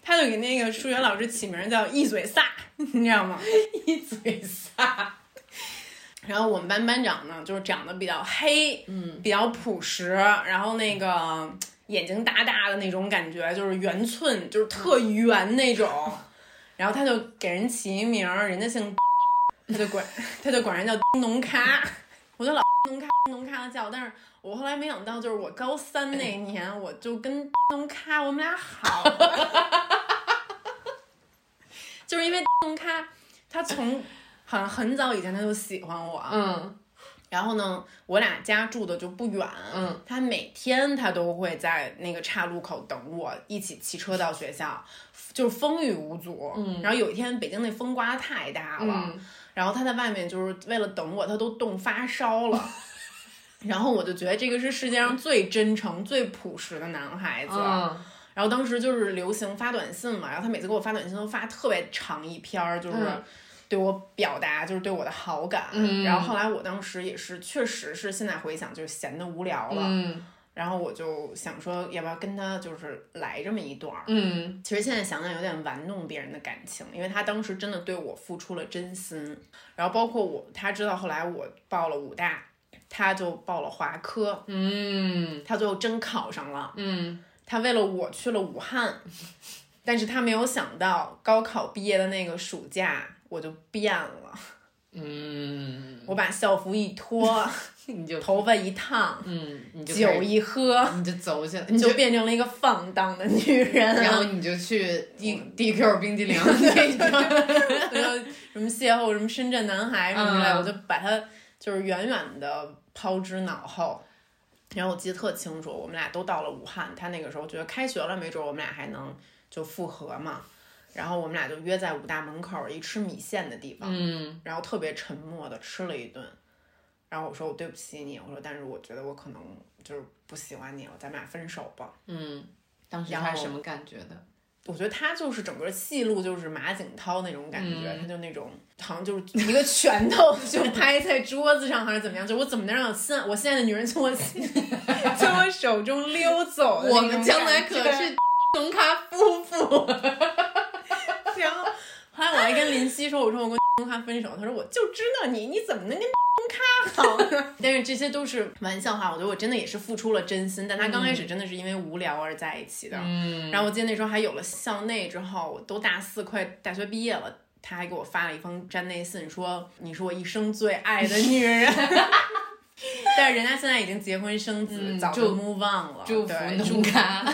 B: 他就给那个数学老师起名儿叫一嘴撒，你知道吗？
C: 一嘴撒，
B: 然后我们班班长呢，就是长得比较黑，嗯，比较朴实，然后那个眼睛大大的那种感觉，就是圆寸，就是特圆那种。然后他就给人起一名儿，人家姓，他就管他就管人叫农咖，我就老农咖农咖的叫。但是我后来没想到，就是我高三那年，我就跟农咖我们俩好了， [LAUGHS] 就是因为农咖他从好像很早以前他就喜欢我，
C: 嗯
B: 然后呢，我俩家住的就不远，
C: 嗯，
B: 他每天他都会在那个岔路口等我，一起骑车到学校，就是风雨无阻。嗯，然后有一天北京那风刮太大了，
C: 嗯
B: 然后他在外面就是为了等我，他都冻发烧
C: [LAUGHS]
B: 了。然后我就觉得这个是世界上最真诚、最朴实的男孩子。
C: 嗯
B: 然后当时就是流行发短信嘛，然后他每次给我发短信都发特别长一篇儿，就是
C: 嗯
B: 对我表达就是对我的好感。
C: 嗯
B: 然后后来我当时也是，确实是现在回想就是闲得无聊了，
C: 嗯
B: 然后我就想说要不要跟他就是来这么一段儿。
C: 嗯
B: 其实现在想想有点玩弄别人的感情，因为他当时真的对我付出了真心，然后包括我，他知道后来我报了武大，他就报了华科，
C: 嗯
B: 他最后真考上了。
C: 嗯，
B: 他为了我去了武汉，但是他没有想到高考毕业的那个暑假我就变了，
C: 嗯，
B: 我把校服一脱，
C: 你就
B: 头发一烫，
C: 嗯，你就开
B: 酒
C: 始
B: 一喝，
C: 你就走起来，
B: 你
C: 你
B: 就变成了一个放荡的女人。
C: 然后你就去 D D Q 冰激凌那个，
B: 我就呃什么邂逅什么深圳男孩什么之类的，
C: 嗯
B: 我就把他就是远远的抛之脑后。然后我记得特清楚，我们俩都到了武汉，他那个时候觉得开学了，没准我们俩还能就复合嘛。然后我们俩就约在武大门口一吃米线的地方，
C: 嗯，
B: 然后特别沉默的吃了一顿。然后我说我对不起你，我说但是我觉得我可能就是不喜欢你了，咱们俩分手吧。
C: 嗯当时
B: 然
C: 他
B: 后
C: 是什么感觉的？
B: 我觉得他就是整个戏路就是马景涛那种感觉，
C: 嗯
B: 他就那种好像就是一个拳头 [LAUGHS] 就拍在桌子上还是怎么样，就我怎么能让我心爱我心爱的女人从我心 [LAUGHS] 从我手中溜走的那
C: 我
B: 种
C: 们将来
B: 感
C: 可
B: 觉 [LAUGHS] 哦
C: 是龙咖夫妇。
B: 然后啊后来我还跟林夕说，我说我跟 [LAUGHS] 东咖分手，他说我就知道你，你怎么能跟 [LAUGHS] 东咖好呢？ [LAUGHS] 但是这些都是玩笑话，我觉得我真的也是付出了真心，但他刚开始真的是因为无聊而在一起的。
C: 嗯
B: 然后我记得那时候还有了校内之后，我都大四快大学毕业了。他还给我发了一封站内信，说你是我一生最爱的女人， [LAUGHS] 但是人家现在已经结婚生子，
C: 嗯
B: 早
C: 祝
B: move on 了。
C: 祝福
B: 对
C: 农咖， [LAUGHS]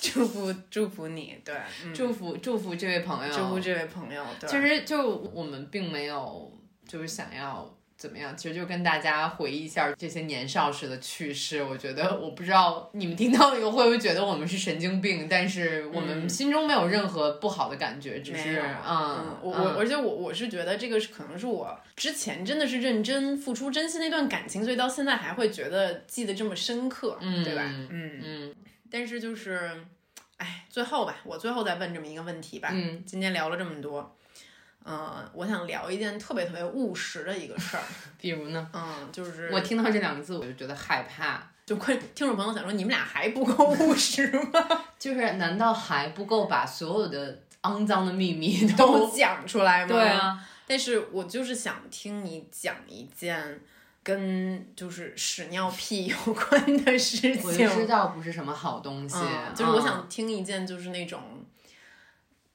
B: 祝福祝福你，对，嗯、
C: 祝福祝福这位朋友，
B: 祝福这位朋友，对，
C: 其实就我们并没有就是想要怎么样，其实就跟大家回忆一下这些年少时的趣事。我觉得我不知道你们听到以后会不会觉得我们是神经病，但是我们
B: 嗯
C: 心中没有任何不好的感觉，只
B: 没
C: 是
B: 有
C: 嗯，
B: 我
C: 嗯
B: 我而且我我是觉得这个是可能是我之前真的是认真付出真心那段感情，所以到现在还会觉得记得这么深刻，
C: 嗯
B: 对吧？
C: 嗯
B: 嗯，
C: 嗯
B: 但是就是，哎，最后吧，我最后再问这么一个问题吧。
C: 嗯
B: 今天聊了这么多，呃，我想聊一件特别特别务实的一个事儿，
C: 比如呢？
B: 嗯，
C: [LAUGHS]
B: 就是
C: 我听到这两个字我就觉得害怕，
B: 就快听众朋友想说你们俩还不够务实吗？
C: 就是难道还不够把所有的肮脏的秘密
B: 都
C: [LAUGHS] 都
B: 讲出来
C: [LAUGHS]
B: 吗？
C: 对
B: [LAUGHS]
C: 啊？
B: 但是我就是想听你讲一件跟就是屎尿屁有关的事
C: 我就
B: 情，
C: 知道不是什么好东西，
B: 嗯，就是我
C: 嗯
B: 想听一件就是那种，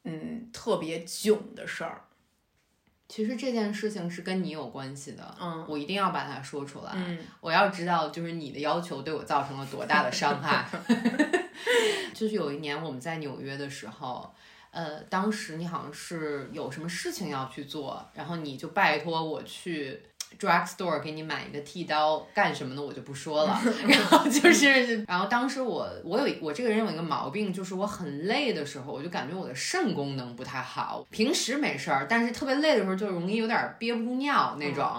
B: 嗯，特别囧的事儿，
C: 其实这件事情是跟你有关系的，
B: 嗯
C: 我一定要把它说出来，
B: 嗯
C: 我要知道就是你的要求对我造成了多大的伤
B: [LAUGHS]
C: 害。就是有一年我们在纽约的时候，呃，当时你好像是有什么事情要去做，然后你就拜托我去。drugstore 给你买一个剃刀，干什么呢？我就不说了。然后就是，然后当时我我有我这个人有一个毛病，就是我很累的时候，我就感觉我的肾功能不太好。平时没事儿，但是特别累的时候就容易有点憋不住尿那种。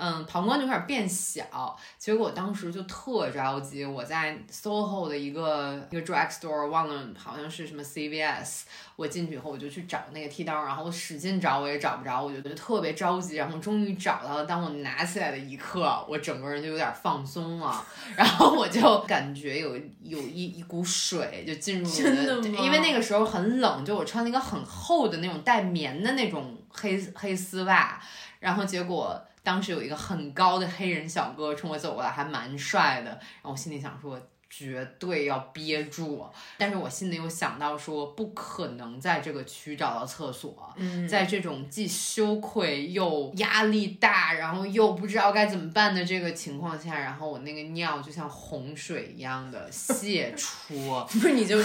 C: 嗯，膀胱就开始变小，结果我当时就特着急，我在 SOHO 的一个一个 drugstore，忘了好像是什么 CVS，我进去以后我就去找那个剃刀，然后我使劲找我也找不着，我就觉得特别着急，然后终于找到了。当我拿起来的一刻，我整个人就有点放松了， [LAUGHS] 然后我就感觉有有一一股水就进入我
B: 真的吗
C: 因为那个时候很冷，就我穿了一个很厚的那种带棉的那种黑黑丝袜，然后结果当时有一个很高的黑人小哥冲我走过来，还蛮帅的。然后我心里想说，绝对要憋住。啊但是我心里又想到说，不可能在这个区找到厕所。
B: 嗯，，
C: 在这种既羞愧又压力大，然后又不知道该怎么办的这个情况下，然后我那个尿就像洪水一样的泄出
B: 不是你就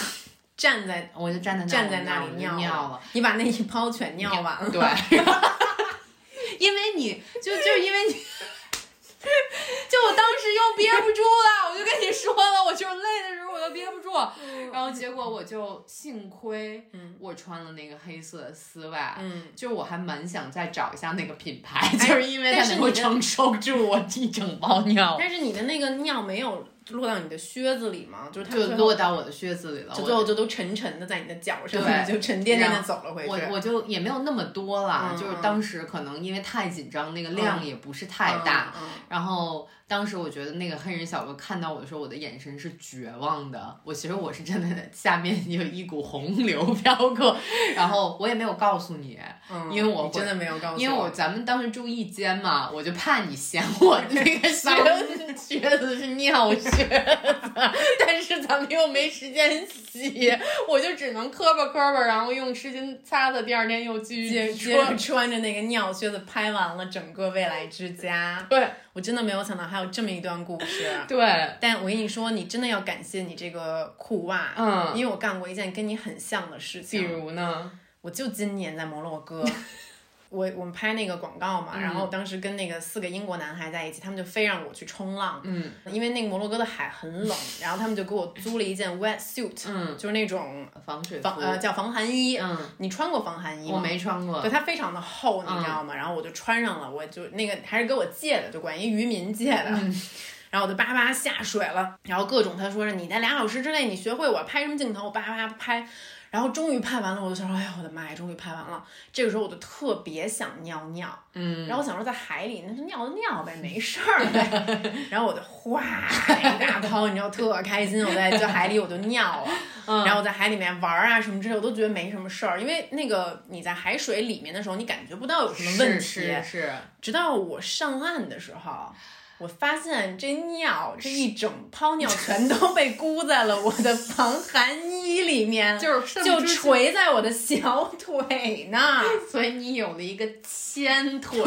C: [LAUGHS]
B: 站在
C: 我就站在那
B: 站在那
C: 我
B: 里
C: 就
B: 尿
C: 尿了。，
B: 你把那一泡全尿完了，
C: 对， [LAUGHS] 因为你就就因为你，就我当时又憋不住了，我就跟你说了，我就是累的时候我又憋不住，然后结果我就幸亏
B: 嗯
C: 我穿了那个黑色的丝袜。
B: 嗯。哎
C: 就我还蛮想再找一下那个品牌，就是因为它
B: 但是
C: 能
B: 你
C: 够
B: 的
C: 承受住我一整包尿，
B: 但是你的那个尿没有落到你的靴子里吗？就是它
C: 就
B: 最后
C: 落到我的靴子里了。
B: 就
C: 我
B: 最后就都沉沉的在你的脚上，
C: 对
B: 你就沉甸甸
C: 然
B: 的
C: 后
B: 走了回去。
C: 我我就也没有那么多了，
B: 嗯
C: 就是
B: 嗯
C: 当时可能因为太紧张，那个量
B: 嗯
C: 也不是太大，
B: 嗯嗯
C: 然后当时我觉得那个黑人小哥看到我的时候，我的眼神是绝望的。我其实我是真的 [LAUGHS] 下面有一股洪流飘过，然后我也没有告诉你，
B: 嗯
C: 因为我
B: 你真的没有告诉
C: 因为我
B: [LAUGHS]
C: 咱们 [LAUGHS]
B: [LAUGHS]
C: 当时住一间嘛，我就怕你嫌我那个靴子靴子是尿水。靴子，但是咱们又没时间洗，我就只能磕巴磕巴，然后用湿巾擦擦，第二天又继
B: 接
C: 续
B: 接着
C: 穿。
B: 穿着那个尿靴子拍完了整个未来之家，
C: 对
B: 我真的没有想到还有这么一段故事。
C: 对，
B: 但我跟你说，你真的要感谢你这个裤袜，
C: 嗯
B: 因为我干过一件跟你很像的事
C: 比
B: 情，
C: 如呢，
B: 我就今年在摩洛
C: [LAUGHS]
B: 哥，我我们拍那个广告
C: 嗯
B: 嘛，然后当时跟那个四个英国男孩在一起，他们就非让我去冲浪，
C: 嗯，
B: 因为那个摩洛哥的海很冷，然后他们就给我租了一件 wet suit，
C: 嗯
B: 就是那种
C: 防水服，
B: 防呃叫防寒衣，
C: 嗯，
B: 你穿过防寒衣吗？
C: 我没嗯穿过
B: 对，。它非常的厚，你知道吗？然后我就穿上了，我就那个还是给我借的，就管一渔民借的。
C: 嗯
B: [LAUGHS] 然后我就叭叭下水了，然后各种他说是你在俩小时之内你学会我拍什么镜头，我叭叭拍，然后终于拍完了，我就想说，哎呀我的妈呀，终于拍完了。这个时候我就特别想尿尿，嗯，然后我想说在海里那就尿就尿呗，没事儿呗。
C: [LAUGHS]
B: 然后我就哗一大泡，你知道特开心，我在就海里我就尿
C: [LAUGHS]
B: 了。
C: 嗯
B: 然后我在海里面玩儿啊什么之类，我都觉得没什么事儿，因为那个你在海水里面的时候，你感觉不到有什么问题。
C: 是是是，
B: 直到我上岸的时候，我发现这尿这一整泡尿全都被箍在了我的防寒衣里面，
C: 就是上
B: 就
C: 肢前
B: 垂在我的小腿那儿。
C: [LAUGHS] 所以你有了一个千 [LAUGHS] 腿，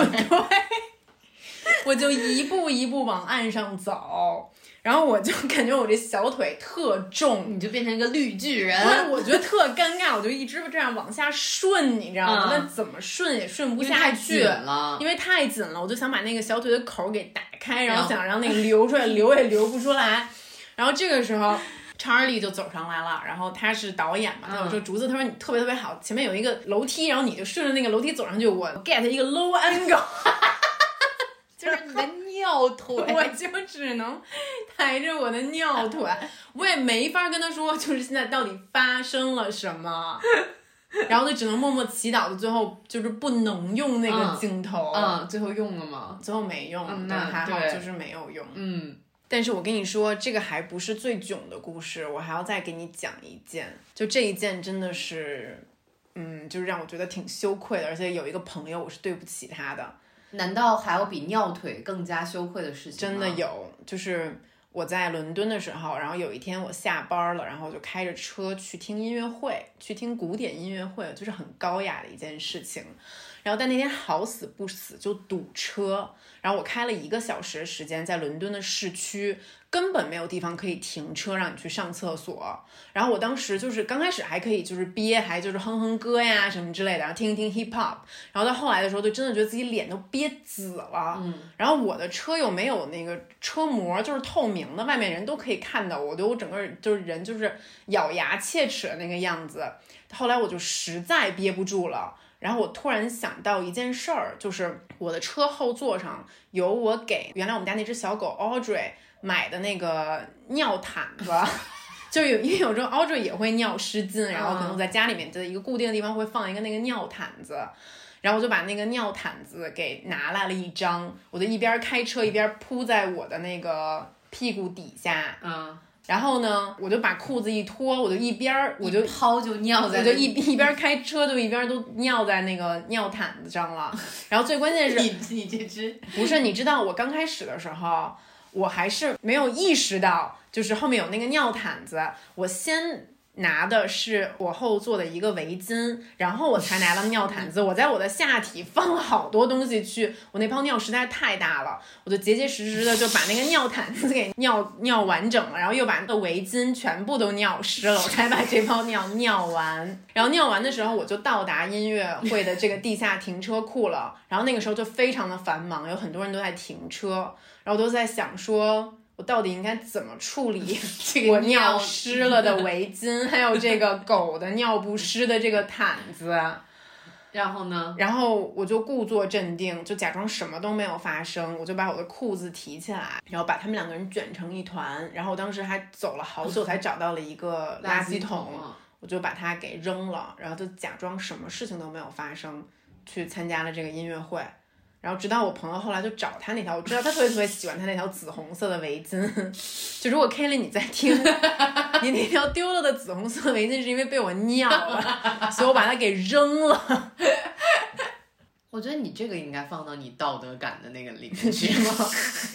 B: 我就一步一步往岸上走，然后我就感觉我这小腿特重，
C: 你就变成一个绿巨
B: 对，
C: [LAUGHS] 人。
B: 我觉得特尴尬，我就一直这样往下顺，你知道吗？
C: 嗯
B: 但怎么顺也顺不
C: 因为
B: 下
C: 太
B: 去，
C: 紧了
B: 因为太紧了，我就想把那个小腿的口儿给打开，然
C: 然
B: 后
C: 后
B: 想让那个流出来，流也流不出来。然后这个时候。查尔利就走上来了，然后他是导演嘛，他
C: 嗯
B: 就说竹子，他说你特别特别好，前面有一个楼梯，然后你就顺着那个楼梯走上去，我 get 一个 low angle，
C: [LAUGHS] 就是你的尿 [LAUGHS] 腿
B: 我就只能抬着我的尿腿，
C: [LAUGHS]
B: 我也没法跟他说，就是现在到底发生了什么，然后就只能默默祈祷，最后就是不能用那个
C: 嗯
B: 镜头，
C: 嗯，最后用了吗？
B: 最后没用，
C: 嗯
B: 对
C: 那
B: 还好
C: 对
B: 就是没有用。
C: 嗯，
B: 但是我跟你说，这个还不是最囧的故事，我还要再给你讲一件，就这一件真的是，嗯，就是让我觉得挺羞愧的，而且有一个朋友我是对不起他的，
C: 难道还有比尿腿更加羞愧的事情？
B: 真的，有，就是我在伦敦的时候，然后有一天我下班了，然后我就开着车去听音乐会，去听古典音乐会，就是很高雅的一件事情。然后但那天好死不死就堵车，然后我开了一个小时的时间在伦敦的市区，根本没有地方可以停车让你去上厕所。然后我当时就是刚开始还可以就是憋，还就是哼哼歌呀什么之类的，然后听一听 hip hop，然后到后来的时候就真的觉得自己脸都憋紫了。嗯，然后我的车又没有那个车膜，就是透明的，外面人都可以看到我，对我整个人就是人就是咬牙切齿的那个样子。后来我就实在憋不住了。然后我突然想到一件事儿，就是我的车后座上有我给原来我们家那只小狗 Audrey 买的那个尿毯子， [LAUGHS] 就有因为有时候 Audrey 也会尿湿巾，然后可能在家里面的一个固定的地方会放一个那个尿毯子，然后我就把那个尿毯子给拿来了一张，我就一边开车一边铺在我的那个屁股底下，
C: 嗯，
B: 然后呢，我就把裤子一脱，我就一边儿我就
C: 抛就尿在
B: 我
C: 那，
B: 就一一边开车就一边都尿在那个尿毯子
C: [LAUGHS]
B: 上了，然后最关键是
C: 你 [LAUGHS] 你这只
B: 不是你知道我刚开始的时候，我还是没有意识到，就是后面有那个尿毯子，我先。拿的是我后座的一个围巾，然后我才拿了尿毯子。我在我的下体放了好多东西去，我那泡尿实在是太大了，我就结结实实的就把那个尿毯子给尿尿完整了，然后又把那个围巾全部都尿湿了，我才把这泡尿尿完。然后尿完的时候，我就到达音乐会的这个地下停车库了。然后那个时候就非常的繁忙，有很多人都在停车，然后都在想说。我到底应该怎么处理
C: 这个
B: 我
C: 尿
B: 尿湿了的围巾，还有这个狗的尿不湿的这个毯子？
C: 然后呢？
B: 然后我就故作镇定，就假装什么都没有发生，我就把我的裤子提起来，然后把他们两个人卷成一团。然后我当时还走了好久才找到了一个 [LAUGHS] 垃圾桶，
C: 啊
B: 我就把它给扔了，然后就假装什么事情都没有发生，去参加了这个音乐会。然后直到我朋友后来就找他那条，我知道他特别特别喜欢他那条紫红色的围巾。 [LAUGHS] 就如果 Kelly 你在听， [LAUGHS] 你那条丢了的紫红色围巾是因为被我尿了，所以我把它给扔了。
C: 我觉得你这个应该放到你道德感的那个里面去吗？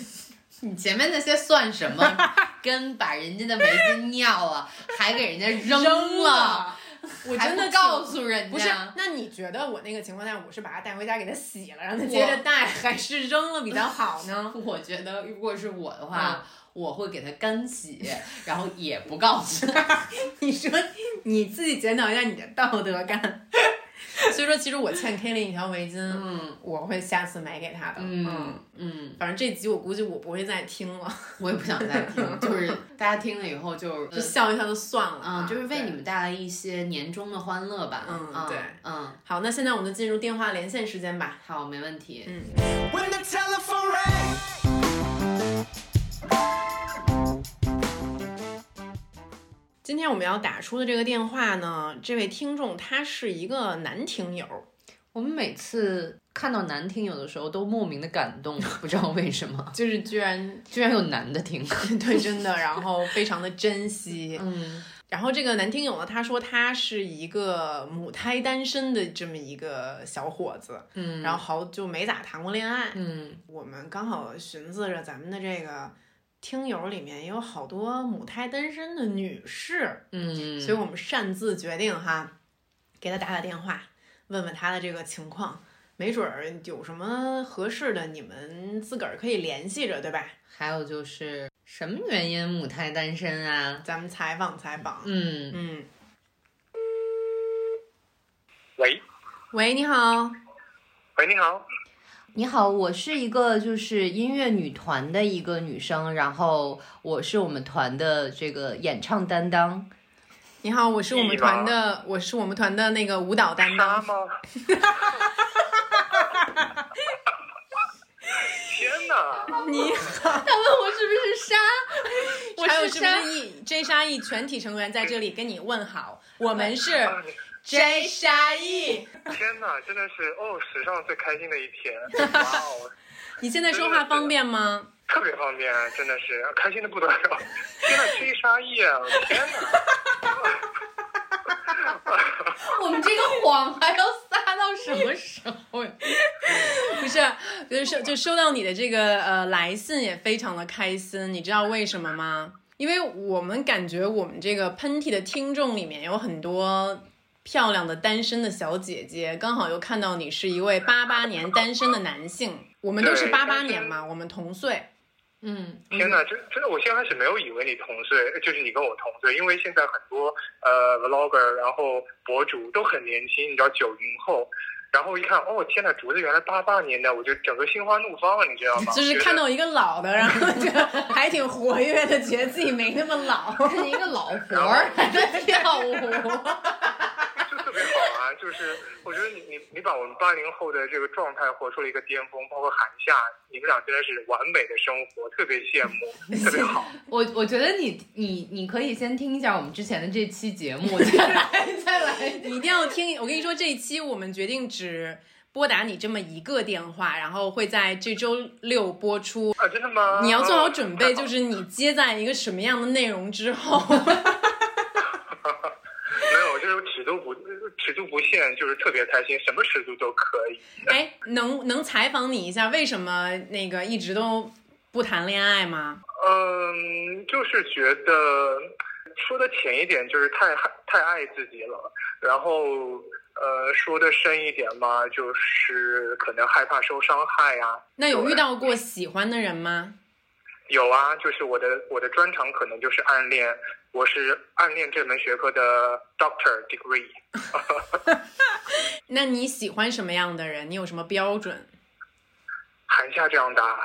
C: [LAUGHS] 你前面那些算什 [LAUGHS] 么？跟把人家的围巾尿了，还给人家扔
B: 扔了，我
C: 还
B: 真的
C: 不告
B: 挺
C: 诉人家。
B: 不是，那你觉得我那个情况下，我是把它带回家给它洗了，让它接着带，还是扔了比较好
C: [LAUGHS]
B: 呢？
C: 我觉得如果是我的话，我会给他干洗，然后也不告诉 [LAUGHS] 他。
B: 你说 [LAUGHS] 你自己检讨一下你的道德感。 [LAUGHS] 所以说，其实我欠 Kelly 一条围巾，
C: 嗯
B: 我会下次买给她的。
C: 嗯嗯，
B: 反正这集我估计我不会再听了，
C: 我也不想再听，就是大家听了以后就
B: 就笑一笑就算了啊。
C: 嗯，就是为
B: 对
C: 你们带来一些年终的欢乐吧。
B: 嗯
C: 嗯
B: 对
C: 嗯，
B: 好，那现在我们就进入电话连线时间吧。
C: 好，没问题。
B: 嗯
F: When the telephone rang,
B: 今天我们要打出的这个电话呢，这位听众他是一个男听友，
C: 我们每次看到男听友的时候，都莫名的感动，不知道为什么，
B: 就是居然 [LAUGHS]
C: 居然有男的 [LAUGHS] 听。
B: 对真的，然后非常的珍惜。
C: 嗯
B: 然后这个男听友呢，他说他是一个母胎单身的这么一个小伙子，
C: 嗯，
B: 然后好就没咋谈过恋爱。
C: 嗯
B: 我们刚好寻思着咱们的这个听友里面也有好多母胎单身的女士，
C: 嗯，
B: 所以我们擅自决定哈，给他打打电话，问问他的这个情况，没准儿有什么合适的，你们自个儿可以联系着，对吧？
C: 还有就是什么原因母胎单身啊？
B: 咱们采访采访。
C: 嗯，
B: 嗯，
G: 喂，
B: 喂，你好，
G: 喂，你好，
C: 你好，我是一个就是音乐女团的一个女生，然后我是我们团的这个演唱担当。
B: 你好，我是我们
G: 你好
B: 团的，我是我们团的那个舞蹈担
G: 他
B: 当。 [LAUGHS]
G: 吗？天哪！
B: 你好，
C: 他问 [LAUGHS] 我是不是沙？我
B: [LAUGHS] 还有
C: 是
B: 是不
C: 沙。
B: 是一 J 沙溢全体成员在这里跟你问好，我们是
G: 啊
B: J 沙溢。
G: 天哪，真的是哦，史上最开心的一天，哇哦，
B: 你现在说话方便吗？
G: 特别方便，啊真的是开心的不得了。天哪，追沙溢啊！天
B: [LAUGHS]
G: 哪！
C: 我们这个谎还要撒到什么时候呀？
B: 不是，就是收就收到你的这个呃来信也非常的开心，你知道为什么吗？因为我们感觉我们这个喷嚏的听众里面有很多漂亮的单身的小姐姐，刚好又看到你是一位八八年单身的男性，我们都是
G: 对
B: 八八
G: 单身
B: 年嘛，我们同岁。
C: 嗯，
G: 天哪，真真的，我先开始没有以为你同岁，就是你跟我同岁，因为现在很多呃 vlogger，然后博主都很年轻，你知道九零后，然后一看，哦天哪，竹子原来八八年的，我就整个心花怒放了，你知道吗？
B: 就是
G: 觉得
B: 看到一个老的，然后就 [LAUGHS] 还挺活跃的，觉得自己没那么老。 [LAUGHS]
C: 看见一个老婆儿还在跳舞。
G: 就特别好啊，就是我觉得你你你把我们八零后的这个状态活出了一个巅峰，包括韩夏，你们俩真的是完美的生活，特别羡慕，特别
B: [LAUGHS]
G: 好。
C: 我我觉得你你你可以先听一下我们之前的这期节目，再来再来。
B: 你一定要听，我跟你说，这一期我们决定只拨打你这么一个电话，然后会在这周六播出。
G: 啊，真的吗？
B: 你要做好准备，
G: 哦
B: 就是你接在一个什么样的内容之后，
G: [LAUGHS] 没有，就是尺度不尺度不限，就是特别开心，什么尺度都可以。
B: 哎，能能采访你一下，为什么那个一直都不谈恋爱吗？
G: 嗯，就是觉得说的浅一点，就是太害太爱自己了，然后呃说的深一点嘛，就是可能害怕受伤害啊呀、
B: 那有
G: 对
B: 遇到过喜欢的人吗？
G: 有啊，就是我的我的专长可能就是暗恋，我是暗恋这门学科的 Doctor degree。
B: 那你喜欢什么样的人？你有什么标准？
G: 韩夏这样的啊，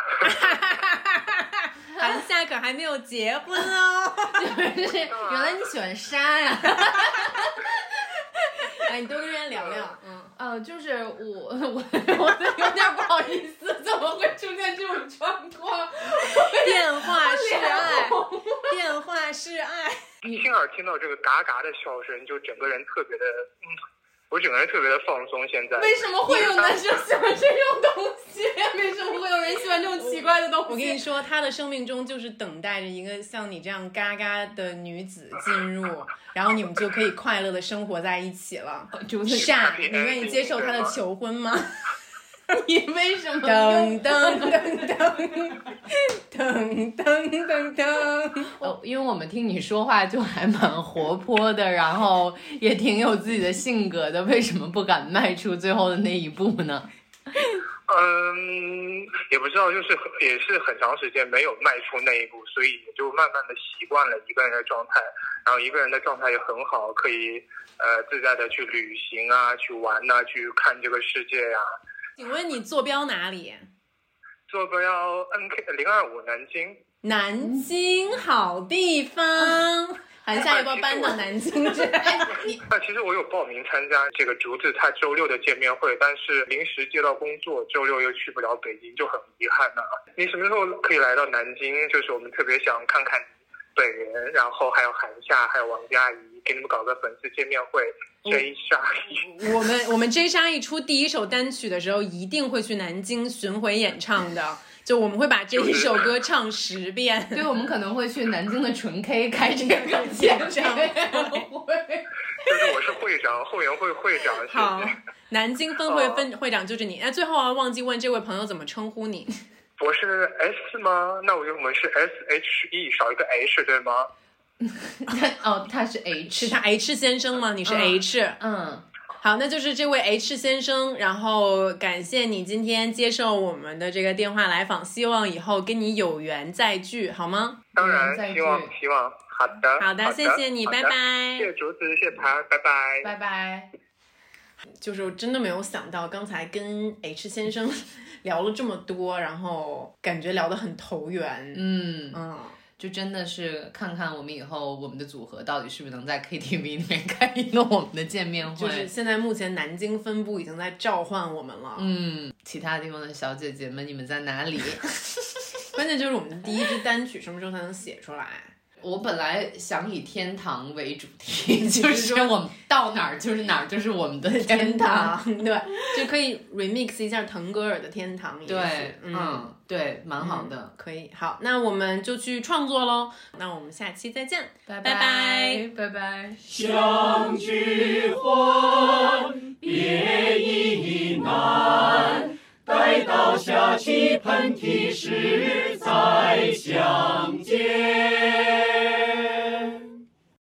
C: [LAUGHS]
B: 咱夏可还没有结婚哦。
C: 原来你喜欢沙呀、
B: 哎，你多跟人家聊聊，嗯，
C: 呃，就是我我我有点不好意思，怎么会出现这种状况？
B: 电话是啊爱，电话是爱。
G: 亲耳听到这个嘎嘎的笑声，就整个人特别的，嗯，我整个人特别的放松。现在
C: 为什么会有男生喜欢这种东西？为什么会有人喜欢这种奇怪的东西？
B: 我跟你说，他的生命中就是等待着一个像你这样嘎嘎的女子进入，然后你们就可以快乐的生活在一起了。啊
C: 竹子
B: 傻，你愿意接受他的求婚吗？
C: 你为什么
B: 噔
C: 用？
B: 噔噔噔噔噔噔噔，
C: 哦，因为我们听你说话就还蛮活泼的，然后也挺有自己的性格的，为什么不敢迈出最后的那一步呢？
G: 嗯，也不知道，就是很也是很长时间没有迈出那一步，所以也就慢慢的习惯了一个人的状态，然后一个人的状态也很好，可以呃自在的去旅行啊，去玩呐、去看这个世界呀、
B: 请问你坐标哪里？
G: 坐标 NK 零二五南京，
B: 南京好地方，韩夏要不要搬到南京 [LAUGHS] 去？
G: 那其实我有报名参加这个竹子他周六的见面会，但是临时接到工作，周六又去不了北京，就很遗憾呐、你什么时候可以来到南京？就是我们特别想看看你本人，然后还有韩夏，还有王佳怡，给你们搞个粉丝见面会。J 莎
B: 我们我们 J 莎一出第一首单曲的时候，一定会去南京巡回演唱的。就我们会把这一首歌唱十遍。
C: [LAUGHS] [LAUGHS] 对，我们可能会去南京的纯 K 开这个演唱 [LAUGHS] 会。
G: [LAUGHS] 就是我是会长，后援会会长，谢
B: 好
G: 谢。，
B: [LAUGHS] 南京分会分会长就是你。哎，最后啊，忘记问这位朋友怎么称呼你。
G: 我是 S 吗？那我就我们是 S H E 少一个 H 对吗？
C: 哦，他是
B: 是
C: H，
B: 他 H 先生吗？你是 H。
C: 嗯，
B: 好，那就是这位 H 先生，然后感谢你今天接受我们的这个电话来访，希望以后跟你有缘再聚，好吗？
G: 当
C: 嗯再
G: 然，希望
C: 见
G: 希望，好的，
B: 好的，谢谢你，
G: 好
B: 拜
G: 的
B: 拜
G: 谢。谢竹子，谢谢盘，拜拜。
C: 拜拜。
B: 就是我真的没有想到，刚才跟 H 先生聊了这么多，然后感觉聊得很投缘。嗯
C: 嗯，就真的是看看我们以后我们的组合到底是不是能在 KTV 里面开一个我们的见面会。
B: 就是现在目前南京分部已经在召唤我们了。
C: 嗯，其他地方的小姐姐们，你们在哪里？
B: 关键就是我们的第一支单曲什么时候才能写出来？
C: 我本来想以天堂为主 [LAUGHS] 题，
B: 是
C: 就
B: 说
C: 是我们到哪儿就是哪儿，就是我们的
B: 天
C: 堂。
B: 堂，对，就可以 remix 一下腾格尔的《天堂》也是。
C: 对，
B: 嗯，
C: 嗯，对，蛮好
B: 嗯
C: 的，，
B: 可以。好，那我们就去创作喽。那我们下期再见，拜拜
C: 拜拜拜。
A: 相聚欢，别亦难。待到下期喷嚏时再相见。